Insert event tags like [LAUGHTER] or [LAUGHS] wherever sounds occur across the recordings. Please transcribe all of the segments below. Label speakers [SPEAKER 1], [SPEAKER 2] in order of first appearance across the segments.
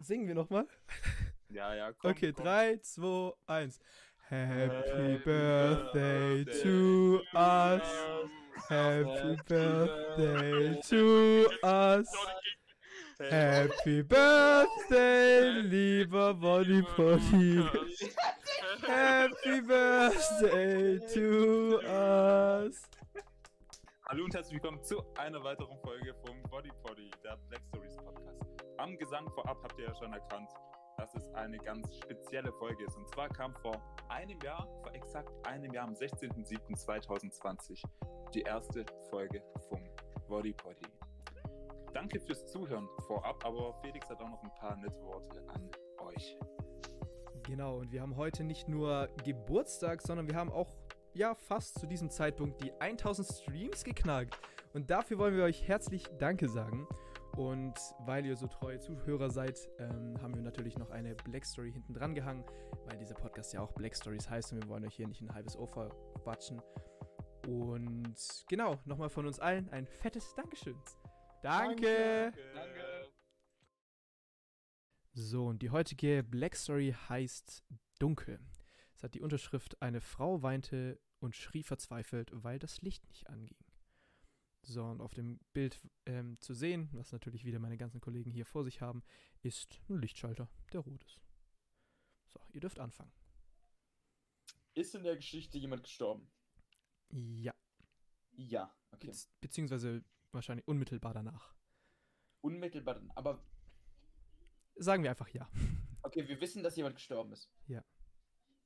[SPEAKER 1] Singen wir nochmal?
[SPEAKER 2] Ja, ja, komm.
[SPEAKER 1] Okay,
[SPEAKER 2] komm.
[SPEAKER 1] 3, 2, 1. Happy
[SPEAKER 2] Happy
[SPEAKER 1] Birthday
[SPEAKER 2] birthday
[SPEAKER 1] to us.
[SPEAKER 2] Ähm,
[SPEAKER 1] Happy Birthday
[SPEAKER 2] birthday
[SPEAKER 1] to us.
[SPEAKER 2] Happy
[SPEAKER 1] Happy Birthday, lieber Body
[SPEAKER 2] [LAUGHS]
[SPEAKER 1] Body. Happy Birthday to us.
[SPEAKER 2] Hallo und herzlich willkommen zu einer weiteren Folge vom Body Poddy, der Black Stories Podcast. Am Gesang vorab habt ihr ja schon erkannt, dass es eine ganz spezielle Folge ist. Und zwar kam vor einem Jahr, vor exakt einem Jahr, am 16.07.2020, die erste Folge vom Body Poddy. Danke fürs Zuhören vorab, aber Felix hat auch noch ein paar nette Worte an euch.
[SPEAKER 1] Genau, und wir haben heute nicht nur Geburtstag, sondern wir haben auch ja fast zu diesem Zeitpunkt die 1000 Streams geknackt. Und dafür wollen wir euch herzlich Danke sagen. Und weil ihr so treue Zuhörer seid, ähm, haben wir natürlich noch eine Black Story hinten dran gehangen, weil dieser Podcast ja auch Black Stories heißt und wir wollen euch hier nicht ein halbes Ohr verquatschen. Und genau, nochmal von uns allen ein fettes Dankeschön. Danke.
[SPEAKER 2] Danke.
[SPEAKER 1] So, und die heutige Black Story heißt Dunkel. Es hat die Unterschrift Eine Frau weinte und schrie verzweifelt, weil das Licht nicht anging. So, und auf dem Bild ähm, zu sehen, was natürlich wieder meine ganzen Kollegen hier vor sich haben, ist ein Lichtschalter, der rot ist. So, ihr dürft anfangen.
[SPEAKER 3] Ist in der Geschichte jemand gestorben?
[SPEAKER 1] Ja,
[SPEAKER 3] Ja, okay.
[SPEAKER 1] bez- beziehungsweise wahrscheinlich unmittelbar danach.
[SPEAKER 3] Unmittelbar. dann. Aber
[SPEAKER 1] Sagen wir einfach ja.
[SPEAKER 3] okay, wir wissen, dass jemand gestorben ist.
[SPEAKER 1] Ja.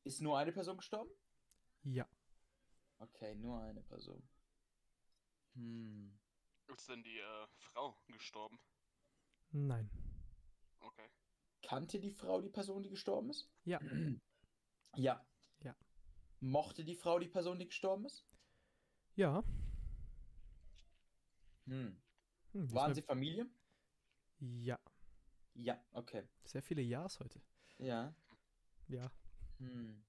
[SPEAKER 3] Ist nur eine Person gestorben?
[SPEAKER 1] Ja.
[SPEAKER 3] Okay, nur eine Person. Hm.
[SPEAKER 4] Ist denn die äh, Frau gestorben?
[SPEAKER 1] Nein.
[SPEAKER 4] Okay.
[SPEAKER 3] Kannte die Frau die Person, die gestorben ist?
[SPEAKER 1] Ja.
[SPEAKER 3] [CLEARS THROAT] Ja.
[SPEAKER 1] Ja.
[SPEAKER 3] Mochte die Frau die Person, die gestorben ist?
[SPEAKER 1] Ja.
[SPEAKER 3] Hm.
[SPEAKER 1] Hm,
[SPEAKER 3] Waren sie
[SPEAKER 1] diesmal-
[SPEAKER 3] Familie?
[SPEAKER 1] Ja.
[SPEAKER 3] Ja, okay.
[SPEAKER 1] Sehr viele Ja's heute.
[SPEAKER 3] Ja.
[SPEAKER 1] Ja. [LAUGHS]
[SPEAKER 3] Hm.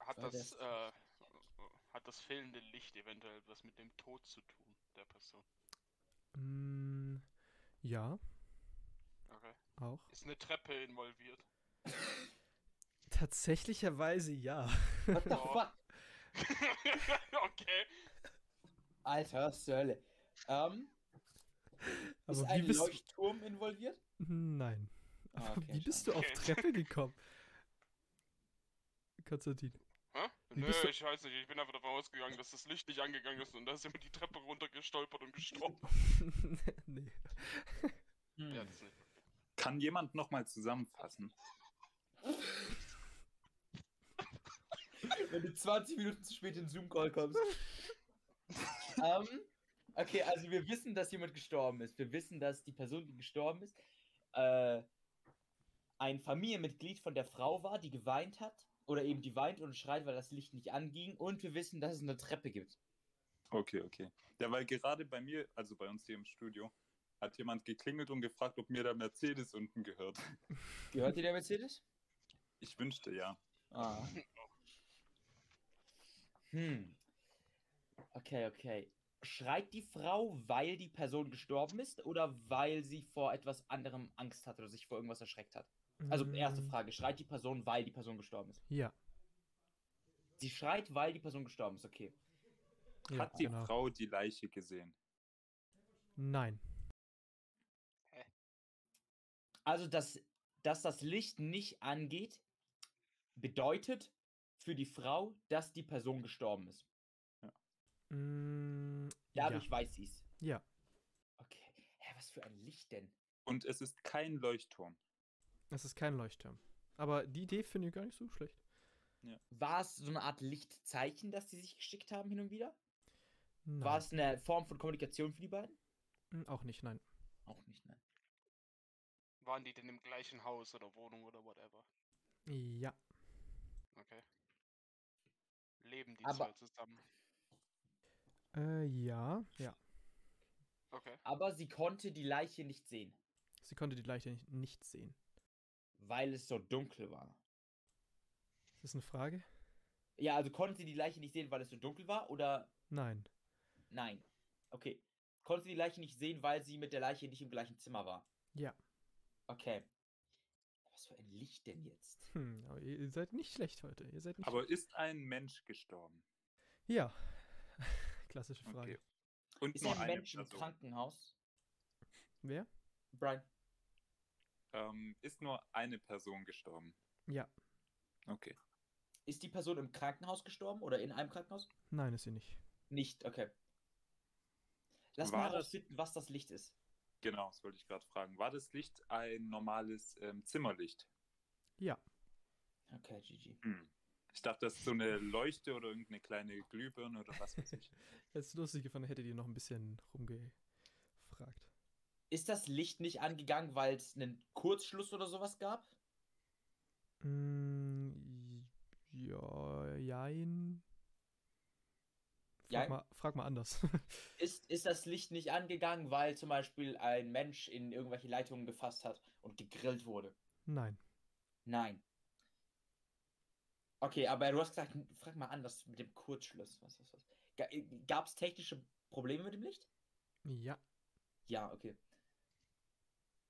[SPEAKER 4] Hat
[SPEAKER 3] War
[SPEAKER 4] das,
[SPEAKER 3] das-
[SPEAKER 4] äh, hat das fehlende Licht eventuell was mit dem Tod zu tun der Person?
[SPEAKER 1] Mm, ja,
[SPEAKER 4] Okay.
[SPEAKER 1] auch.
[SPEAKER 4] Ist eine Treppe involviert? [LAUGHS]
[SPEAKER 1] Tatsächlicherweise ja.
[SPEAKER 3] What the
[SPEAKER 4] Oh.
[SPEAKER 3] fuck?
[SPEAKER 4] okay.
[SPEAKER 3] Alter, was zur Hölle? Ähm, ist
[SPEAKER 1] Aber Also wie
[SPEAKER 3] ein
[SPEAKER 1] bist
[SPEAKER 3] Leuchtturm involviert?
[SPEAKER 1] du. Nein. [LAUGHS]
[SPEAKER 3] Ah,
[SPEAKER 1] Aber
[SPEAKER 3] okay,
[SPEAKER 1] wie bist du auf
[SPEAKER 4] Okay.
[SPEAKER 3] [LAUGHS]
[SPEAKER 1] Treppe gekommen? Konstantin. [LAUGHS]
[SPEAKER 4] Hä?
[SPEAKER 1] Wie
[SPEAKER 4] Nö,
[SPEAKER 1] bist du-
[SPEAKER 4] ich weiß nicht. Ich bin einfach davon ausgegangen, dass das Licht nicht angegangen ist und da ist jemand die Treppe runtergestolpert und gestorben.
[SPEAKER 1] [LAUGHS] nee.
[SPEAKER 3] Hm.
[SPEAKER 4] Ja, das ist nicht.
[SPEAKER 2] Kann jemand nochmal zusammenfassen?
[SPEAKER 3] Wenn du 20 Minuten zu spät in den Zoom-Call kommst. ähm, okay, also wir wissen, dass jemand gestorben ist. Wir wissen, dass die Person, die gestorben ist, äh, ein Familienmitglied von der Frau war, die geweint hat. Oder eben die weint und schreit, weil das Licht nicht anging. Und wir wissen, dass es eine Treppe gibt.
[SPEAKER 2] Okay, okay. Ja, weil gerade bei mir, also bei uns hier im Studio, hat jemand geklingelt und gefragt, ob mir der Mercedes unten gehört.
[SPEAKER 3] Gehört dir der Mercedes?
[SPEAKER 2] Ich wünschte ja.
[SPEAKER 3] Ah. Hm. Okay, okay. Schreit die Frau, weil die Person gestorben ist oder weil sie vor etwas anderem Angst hat oder sich vor irgendwas erschreckt hat? Also erste
[SPEAKER 1] Mm,
[SPEAKER 3] Frage, schreit die Person, weil die Person gestorben ist?
[SPEAKER 1] Ja.
[SPEAKER 3] Sie schreit, weil die Person gestorben ist, okay.
[SPEAKER 1] ja
[SPEAKER 2] hat die
[SPEAKER 1] genau.
[SPEAKER 2] Frau die Leiche gesehen?
[SPEAKER 1] Nein.
[SPEAKER 3] Also, dass, dass das Licht nicht angeht, bedeutet für die Frau, dass die Person gestorben ist.
[SPEAKER 1] Mm, ja.
[SPEAKER 3] Dadurch weiß sie es.
[SPEAKER 1] ja.
[SPEAKER 3] Okay. Hä, was für ein Licht denn?
[SPEAKER 2] Und es ist kein Leuchtturm.
[SPEAKER 1] Es ist kein Leuchtturm. Aber die Idee finde ich gar nicht so schlecht.
[SPEAKER 3] War es so eine Art Lichtzeichen, das die sich geschickt haben hin und wieder?
[SPEAKER 1] Nein.
[SPEAKER 3] War es eine Form von Kommunikation für die beiden?
[SPEAKER 1] Mm, Auch nicht, nein.
[SPEAKER 3] Auch nicht, nein.
[SPEAKER 4] Waren die denn im gleichen Haus oder Wohnung oder whatever?
[SPEAKER 1] Ja.
[SPEAKER 4] Okay. Leben die
[SPEAKER 3] Aber-
[SPEAKER 4] zwei zusammen?
[SPEAKER 1] Äh, ja. Ja.
[SPEAKER 4] Okay.
[SPEAKER 3] Aber sie konnte die Leiche nicht sehen,
[SPEAKER 1] Sie konnte die Leiche nicht, nicht sehen.
[SPEAKER 3] weil es so dunkel war.
[SPEAKER 1] Ist das eine Frage?
[SPEAKER 3] Ja, also konnte sie die Leiche nicht sehen, weil es so dunkel war? Oder
[SPEAKER 1] Nein.
[SPEAKER 3] Nein. Okay. konnte die Leiche nicht sehen, weil sie mit der Leiche nicht im gleichen Zimmer war.
[SPEAKER 1] Ja.
[SPEAKER 3] Okay. Was für ein Licht denn jetzt?
[SPEAKER 1] Hm, aber ihr ihr seid nicht schlecht heute. Ihr seid nicht
[SPEAKER 2] Aber ist ein Mensch gestorben?
[SPEAKER 1] schlecht. Ja. [LAUGHS] Klassische Frage.
[SPEAKER 2] Okay. Und
[SPEAKER 3] Ist
[SPEAKER 2] nur
[SPEAKER 3] ein
[SPEAKER 2] eine
[SPEAKER 3] Mensch im
[SPEAKER 2] Person.
[SPEAKER 3] Krankenhaus?
[SPEAKER 1] Wer?
[SPEAKER 3] Brian.
[SPEAKER 2] Ähm, ist nur eine Person gestorben?
[SPEAKER 1] Ja.
[SPEAKER 2] Okay.
[SPEAKER 3] Ist die Person im Krankenhaus gestorben oder in einem Krankenhaus?
[SPEAKER 1] Nein, ist sie nicht.
[SPEAKER 3] Nicht, okay. Lass
[SPEAKER 2] War
[SPEAKER 3] mal
[SPEAKER 2] das-
[SPEAKER 3] herausfinden, was das Licht ist.
[SPEAKER 2] Genau, das wollte ich gerade fragen. War das Licht ein normales ähm, Zimmerlicht?
[SPEAKER 1] Ja.
[SPEAKER 3] Okay, GG.
[SPEAKER 2] Hm. Ich dachte, das ist so eine Leuchte oder irgendeine kleine Glühbirne oder was weiß ich.
[SPEAKER 1] Das ist lustig gefunden, hättet ihr noch ein bisschen rumgefragt.
[SPEAKER 3] Ist das Licht nicht angegangen, weil es einen Kurzschluss oder sowas gab?
[SPEAKER 1] Mm, ja, jein. Frag,
[SPEAKER 3] Jein?
[SPEAKER 1] Mal, frag mal anders. [LAUGHS]
[SPEAKER 3] Ist, ist das Licht nicht angegangen, weil zum Beispiel ein Mensch in irgendwelche Leitungen gefasst hat und gegrillt wurde?
[SPEAKER 1] Nein.
[SPEAKER 3] Nein. Okay, aber du hast gesagt, frag mal an, was mit dem Kurzschluss. Was, was, was. Gab es äh, technische Probleme mit dem Licht?
[SPEAKER 1] Ja.
[SPEAKER 3] Ja, okay.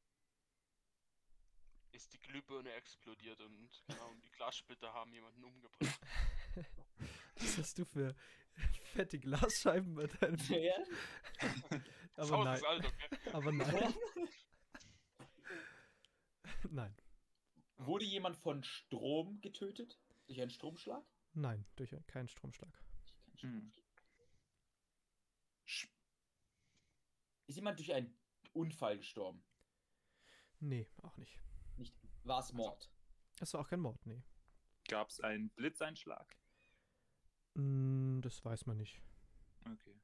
[SPEAKER 3] [LAUGHS]
[SPEAKER 4] Ist die Glühbirne explodiert und genau, die Glassplitter haben jemanden umgebracht.
[SPEAKER 1] Was hast du für fette Glasscheiben bei deinem.
[SPEAKER 3] [LAUGHS] Ja.
[SPEAKER 4] Das
[SPEAKER 1] [LAUGHS] Aber
[SPEAKER 4] Haus
[SPEAKER 1] nein.
[SPEAKER 4] ist alt, okay?
[SPEAKER 1] Aber
[SPEAKER 3] [LAUGHS]
[SPEAKER 1] nein. nein.
[SPEAKER 3] Wurde jemand von Strom getötet? Durch einen Stromschlag?
[SPEAKER 1] Nein. Durch ein- keinen Stromschlag.
[SPEAKER 2] Hm.
[SPEAKER 3] Ist jemand durch einen Unfall gestorben?
[SPEAKER 1] Nee, auch nicht.
[SPEAKER 3] Nicht. War es Mord?
[SPEAKER 1] Es war auch kein Mord, nee.
[SPEAKER 2] Gab es einen Blitzeinschlag?
[SPEAKER 1] Mm, das weiß man nicht.
[SPEAKER 2] Okay.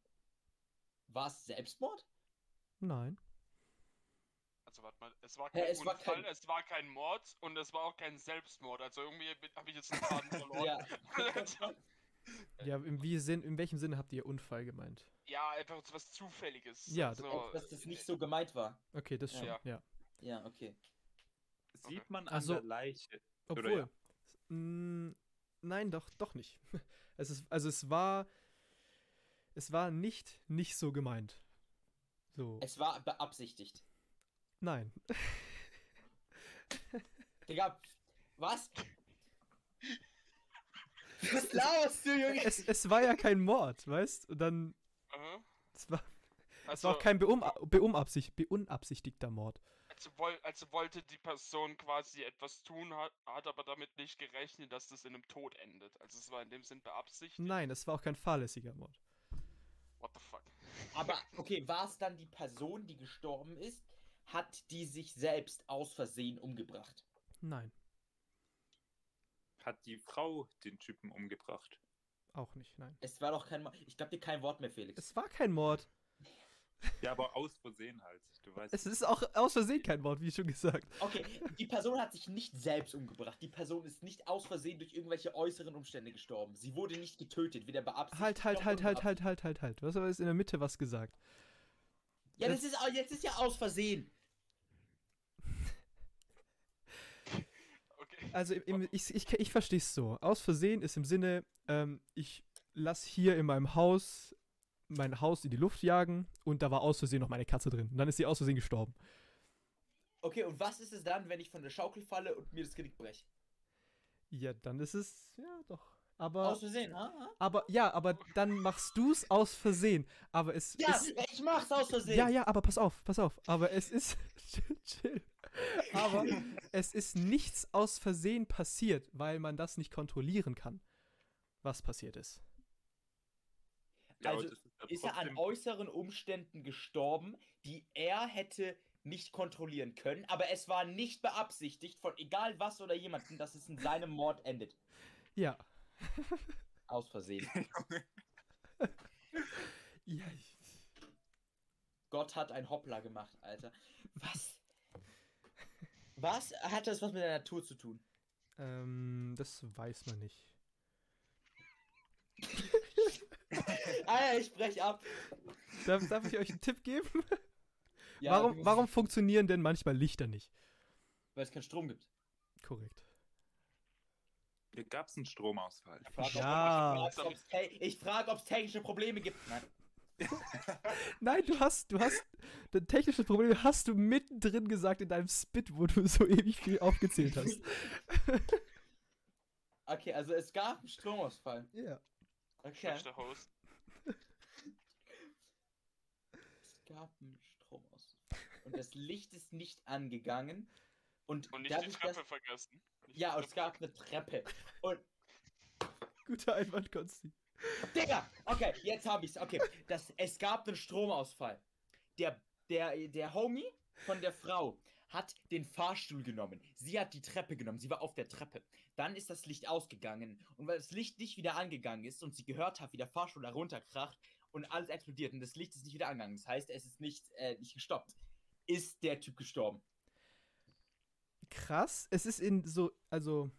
[SPEAKER 3] War es Selbstmord?
[SPEAKER 1] Nein.
[SPEAKER 4] Also warte mal, es war
[SPEAKER 3] Hä,
[SPEAKER 4] kein
[SPEAKER 3] es war
[SPEAKER 4] Unfall,
[SPEAKER 3] kein-
[SPEAKER 4] es war kein Mord und es war auch kein Selbstmord. Also irgendwie habe ich jetzt einen
[SPEAKER 3] [LAUGHS]
[SPEAKER 4] Faden verloren.
[SPEAKER 3] Ja.
[SPEAKER 4] Also,
[SPEAKER 1] Ja, in, wie Sinn, in welchem Sinne habt ihr Unfall gemeint?
[SPEAKER 4] [LAUGHS] ja, einfach so was Zufälliges. Also,
[SPEAKER 1] Ja, d-
[SPEAKER 4] so,
[SPEAKER 3] Dass das nicht so gemeint war.
[SPEAKER 1] Okay, das schon, ja.
[SPEAKER 4] Ja.
[SPEAKER 3] Ja, okay.
[SPEAKER 2] Sieht man an
[SPEAKER 1] Also-
[SPEAKER 2] der Leiche? Oder
[SPEAKER 1] Obwohl.
[SPEAKER 2] ja.
[SPEAKER 1] Mm, nein, doch, doch nicht. [LAUGHS] Es ist, also es war. Es war nicht nicht so gemeint. So.
[SPEAKER 3] Es war beabsichtigt.
[SPEAKER 1] Nein.
[SPEAKER 3] Digga, was? Was laberst du, Junge?
[SPEAKER 1] Es, es war ja kein Mord, weißt? Und dann.
[SPEAKER 4] Aha.
[SPEAKER 1] Es war, es
[SPEAKER 4] äh, Also,
[SPEAKER 1] war auch kein beum, beunabsicht, beunabsichtigter Mord.
[SPEAKER 4] also, woll, also wollte die Person quasi etwas tun, hat, hat aber damit nicht gerechnet, dass das in einem Tod endet. Also es war in dem Sinn beabsichtigt.
[SPEAKER 1] Nein, es war auch kein fahrlässiger Mord.
[SPEAKER 4] What the fuck?
[SPEAKER 3] Aber okay, war es dann die Person, die gestorben ist, hat die sich selbst aus Versehen umgebracht?
[SPEAKER 1] Nein,
[SPEAKER 2] Hat die Frau den Typen umgebracht?
[SPEAKER 1] auch nicht, nein.
[SPEAKER 3] Es war doch kein Mord. Ich glaube dir kein Wort mehr, Felix.
[SPEAKER 1] Es war kein Mord.
[SPEAKER 2] Ja, aber aus Versehen halt. Du weißt.
[SPEAKER 1] Es ist auch aus Versehen kein Mord, wie schon gesagt.
[SPEAKER 3] Okay, die Person hat sich nicht selbst umgebracht. Die Person ist nicht aus Versehen durch irgendwelche äußeren Umstände gestorben. Sie wurde nicht getötet, weder beabsichtigt.
[SPEAKER 1] Halt, halt,
[SPEAKER 3] noch
[SPEAKER 1] halt, halt,
[SPEAKER 3] unbeabsichtigt.
[SPEAKER 1] halt, halt, halt, halt. Was aber ist in der Mitte was gesagt?
[SPEAKER 3] Ja, das ist, au- jetzt ist ja aus Versehen.
[SPEAKER 4] Okay.
[SPEAKER 1] Also im, im, ich, ich, ich verstehe es so. Aus Versehen ist im Sinne, ähm, ich lasse hier in meinem Haus mein Haus in die Luft jagen und da war aus Versehen noch meine Katze drin. Und dann ist sie aus Versehen gestorben.
[SPEAKER 3] Okay, und was ist es dann, wenn ich von der Schaukel falle und mir das Genick breche?
[SPEAKER 1] Ja, dann ist es, ja doch. Aber,
[SPEAKER 3] Aus Versehen, ha? ha?
[SPEAKER 1] aber ja, aber dann machst du es aus Versehen. Aber es
[SPEAKER 3] Ja,
[SPEAKER 1] ist
[SPEAKER 3] ich mach's aus Versehen.
[SPEAKER 1] Ja, ja, aber pass auf, pass auf. Aber es ist. [LAUGHS] chill, chill. Aber es ist nichts aus Versehen passiert, weil man das nicht kontrollieren kann, was passiert ist.
[SPEAKER 2] ja, aber
[SPEAKER 3] also,
[SPEAKER 2] das ist ja
[SPEAKER 3] [LAUGHS] Ist er an
[SPEAKER 2] trotzdem-
[SPEAKER 3] äußeren Umständen gestorben, die er hätte nicht kontrollieren können, aber es war nicht beabsichtigt von egal was oder jemandem, dass es in seinem Mord endet.
[SPEAKER 1] Ja.
[SPEAKER 3] Aus Versehen.
[SPEAKER 1] ja ich,
[SPEAKER 3] Gott hat ein Hoppla gemacht, Alter. Was? [LAUGHS] Was hat das was mit der Natur zu [LAUGHS] tun?
[SPEAKER 1] ähm, das weiß man nicht.
[SPEAKER 3] Alter, Ah ich brech ab.
[SPEAKER 1] Darf, darf ich euch einen Tipp geben?
[SPEAKER 3] [LAUGHS] Ja,
[SPEAKER 1] warum,
[SPEAKER 3] du-
[SPEAKER 1] warum funktionieren denn manchmal Lichter nicht?
[SPEAKER 3] Weil es keinen Strom gibt.
[SPEAKER 1] Korrekt.
[SPEAKER 2] Hier gab es einen Stromausfall.
[SPEAKER 3] Frag, ob-
[SPEAKER 1] Ja.
[SPEAKER 3] Ich frage, ob es technische Probleme gibt. Nein.
[SPEAKER 1] Nein, du hast, du hast, dein technisches Problem hast du mittendrin gesagt in deinem Spit, wo du so ewig viel aufgezählt hast.
[SPEAKER 3] Okay, also es gab einen Stromausfall.
[SPEAKER 1] [LAUGHS] Ja.
[SPEAKER 3] Okay.
[SPEAKER 4] Schlechter Host.
[SPEAKER 3] Es gab einen Stromausfall. Und das Licht ist nicht angegangen. Und,
[SPEAKER 4] Und nicht die
[SPEAKER 3] dadurch,
[SPEAKER 4] Treppe
[SPEAKER 3] dass,
[SPEAKER 4] vergessen. Nicht die
[SPEAKER 3] Ja, und es
[SPEAKER 4] Treppe
[SPEAKER 3] gab eine Treppe. Und
[SPEAKER 1] Guter Einwand, Konsti.
[SPEAKER 3] Digga, okay, jetzt hab ich's. Okay, das, es gab einen Stromausfall. Der, der, der Homie von der Frau hat den Fahrstuhl genommen. Sie hat die Treppe genommen. Sie war auf der Treppe. Dann ist das Licht ausgegangen. Und weil das Licht nicht wieder angegangen ist und sie gehört hat, wie der Fahrstuhl herunterkracht und alles explodiert und das Licht ist nicht wieder angegangen, das heißt, es ist nicht, äh, nicht gestoppt, ist der Typ gestorben.
[SPEAKER 1] Krass, es ist in so, also,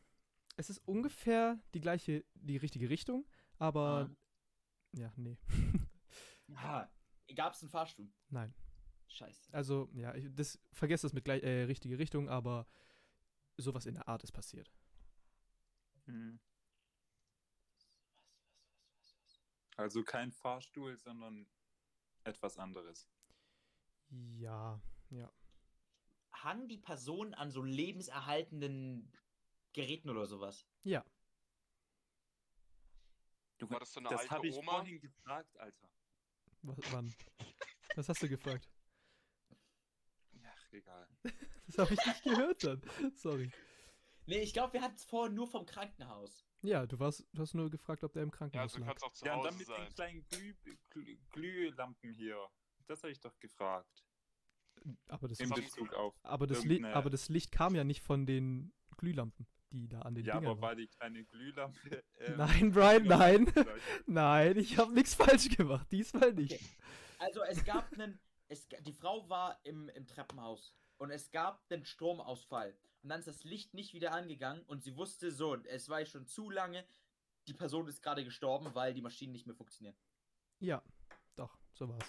[SPEAKER 1] es ist ungefähr die gleiche, die richtige Richtung, aber,
[SPEAKER 3] Ah.
[SPEAKER 1] ja, nee. [LAUGHS]
[SPEAKER 3] Aha. Ah, Gab's einen Fahrstuhl?
[SPEAKER 1] Nein.
[SPEAKER 3] Scheiße.
[SPEAKER 1] Also, ja, ich, das, vergesst das mit gleich, äh, richtige Richtung, aber sowas in der Art ist passiert.
[SPEAKER 2] Also kein Fahrstuhl, sondern etwas anderes.
[SPEAKER 1] Ja,
[SPEAKER 3] hang die Person an so lebenserhaltenden Geräten oder sowas.
[SPEAKER 1] ja.
[SPEAKER 2] Du,
[SPEAKER 4] War das so eine
[SPEAKER 2] das
[SPEAKER 4] alte
[SPEAKER 2] habe ich
[SPEAKER 4] Oma?
[SPEAKER 2] vorhin gefragt, Alter.
[SPEAKER 1] Was, wann? Was hast du gefragt?
[SPEAKER 2] Ach, egal.
[SPEAKER 1] Das habe ich nicht gehört dann. Sorry.
[SPEAKER 3] Nee, ich glaube, wir hatten es vorher nur vom Krankenhaus.
[SPEAKER 1] Ja, du warst, du hast nur gefragt, ob der im
[SPEAKER 4] Ja,
[SPEAKER 1] Krankenhaus
[SPEAKER 4] also
[SPEAKER 1] lag.
[SPEAKER 4] kannst auch zu
[SPEAKER 2] Ja, und dann
[SPEAKER 4] Hause
[SPEAKER 2] mit
[SPEAKER 4] sein.
[SPEAKER 2] den kleinen Glüh Glüh Glühlampen hier. Das habe ich doch gefragt.
[SPEAKER 1] Aber das,
[SPEAKER 2] In
[SPEAKER 4] haben-
[SPEAKER 2] Bezug auf.
[SPEAKER 1] aber, das Li-
[SPEAKER 2] irgendeine-
[SPEAKER 1] aber das Licht kam ja nicht von den Glühlampen, die da an den
[SPEAKER 2] Ja,
[SPEAKER 1] Dingern
[SPEAKER 2] aber
[SPEAKER 1] waren.
[SPEAKER 2] war die kleine
[SPEAKER 1] [LAUGHS]
[SPEAKER 2] Glühlampe. ähm,
[SPEAKER 1] Nein, Brian, nein.
[SPEAKER 2] beleuchtet?
[SPEAKER 1] Nein, ich habe nichts falsch gemacht. Diesmal nicht.
[SPEAKER 3] Okay. Also es gab [LAUGHS] einen. Es, g- die Frau war im, im Treppenhaus und es gab den Stromausfall. Und dann ist das Licht nicht wieder angegangen und sie wusste so, es war jetzt schon zu lange, die Person ist gerade gestorben, weil die Maschinen nicht mehr funktionieren.
[SPEAKER 1] Ja, doch, so war's.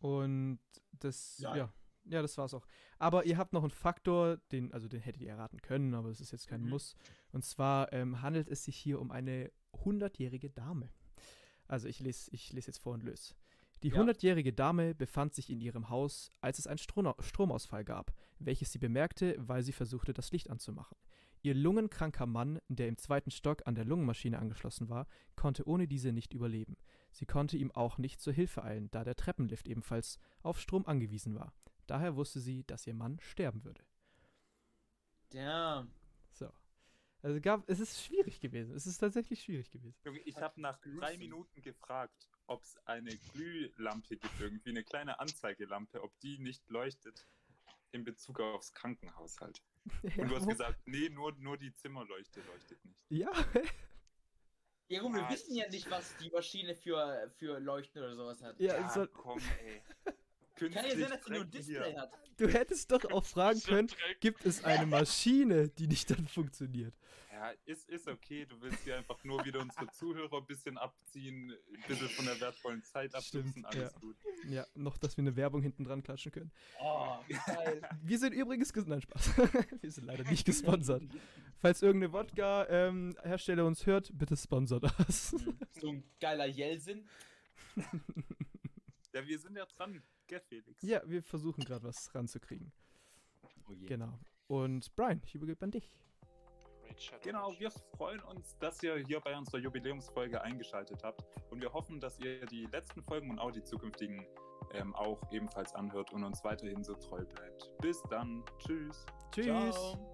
[SPEAKER 1] Und das, ja.
[SPEAKER 3] Ja.
[SPEAKER 1] ja, das war's auch. Aber ihr habt noch einen Faktor, den, also den hättet ihr erraten können, aber es ist jetzt kein
[SPEAKER 3] Mhm.
[SPEAKER 1] Muss. Und zwar ähm, handelt es sich hier um eine 100-jährige Dame. Also ich lese ich les jetzt vor und löse. Die
[SPEAKER 3] Ja.
[SPEAKER 1] 100-jährige Dame befand sich in ihrem Haus, als es einen Stronau- Stromausfall gab, welches sie bemerkte, weil sie versuchte, das Licht anzumachen. Ihr lungenkranker Mann, der im zweiten Stock an der Lungenmaschine angeschlossen war, konnte ohne diese nicht überleben. Sie konnte ihm auch nicht zur Hilfe eilen, da der Treppenlift ebenfalls auf Strom angewiesen war. Daher wusste sie, dass ihr Mann sterben würde.
[SPEAKER 3] Damn.
[SPEAKER 1] So. Also gab, es ist schwierig gewesen. Es ist tatsächlich schwierig gewesen.
[SPEAKER 2] Junge, ich habe nach drei Minuten gefragt, ob es eine Glühlampe gibt, irgendwie eine kleine Anzeigelampe, ob die nicht leuchtet in Bezug aufs Krankenhaus halt.
[SPEAKER 1] [LAUGHS]
[SPEAKER 2] Und du hast gesagt, nee, nur, nur die Zimmerleuchte leuchtet nicht.
[SPEAKER 1] ja,
[SPEAKER 3] Ja, gut, wir
[SPEAKER 4] Ah,
[SPEAKER 3] wissen ja nicht, was die Maschine für, für Leuchten oder sowas hat.
[SPEAKER 1] ja, es soll,
[SPEAKER 4] komm, ey.
[SPEAKER 3] Kann ja sein, dass sie nur ein
[SPEAKER 2] Dreck hier.
[SPEAKER 3] Display hat.
[SPEAKER 1] du hättest doch auch fragen
[SPEAKER 4] Ist ja ein
[SPEAKER 1] können,
[SPEAKER 4] Dreck.
[SPEAKER 1] gibt es eine Maschine, die nicht dann funktioniert?
[SPEAKER 2] Ja, ist, ist okay. Du willst hier einfach nur wieder unsere Zuhörer ein bisschen abziehen, ein bisschen von der wertvollen Zeit abschließen.
[SPEAKER 1] Stimmt,
[SPEAKER 2] Alles
[SPEAKER 1] ja.
[SPEAKER 2] gut.
[SPEAKER 1] Ja, noch, dass wir eine Werbung hinten dran klatschen können.
[SPEAKER 3] Oh, geil.
[SPEAKER 1] Wir sind übrigens, ges- nein, Spaß. [LAUGHS] wir sind leider nicht gesponsert. Falls irgendeine Wodka-Hersteller uns hört, bitte sponsert das.
[SPEAKER 3] Mhm. [LAUGHS] So ein geiler Jelsin.
[SPEAKER 2] Ja, wir sind ja dran, gell, Felix?
[SPEAKER 1] Ja, wir versuchen gerade was ranzukriegen.
[SPEAKER 3] Oh je.
[SPEAKER 1] Genau. Und Brian, ich übergebe an dich.
[SPEAKER 4] Great Shadow.
[SPEAKER 2] Genau, wir freuen uns, dass ihr hier bei unserer Jubiläumsfolge eingeschaltet habt und wir hoffen, dass ihr die letzten Folgen und auch die zukünftigen ähm, auch ebenfalls anhört und uns weiterhin so treu bleibt. Bis dann, tschüss.
[SPEAKER 1] Tschüss.
[SPEAKER 3] Ciao.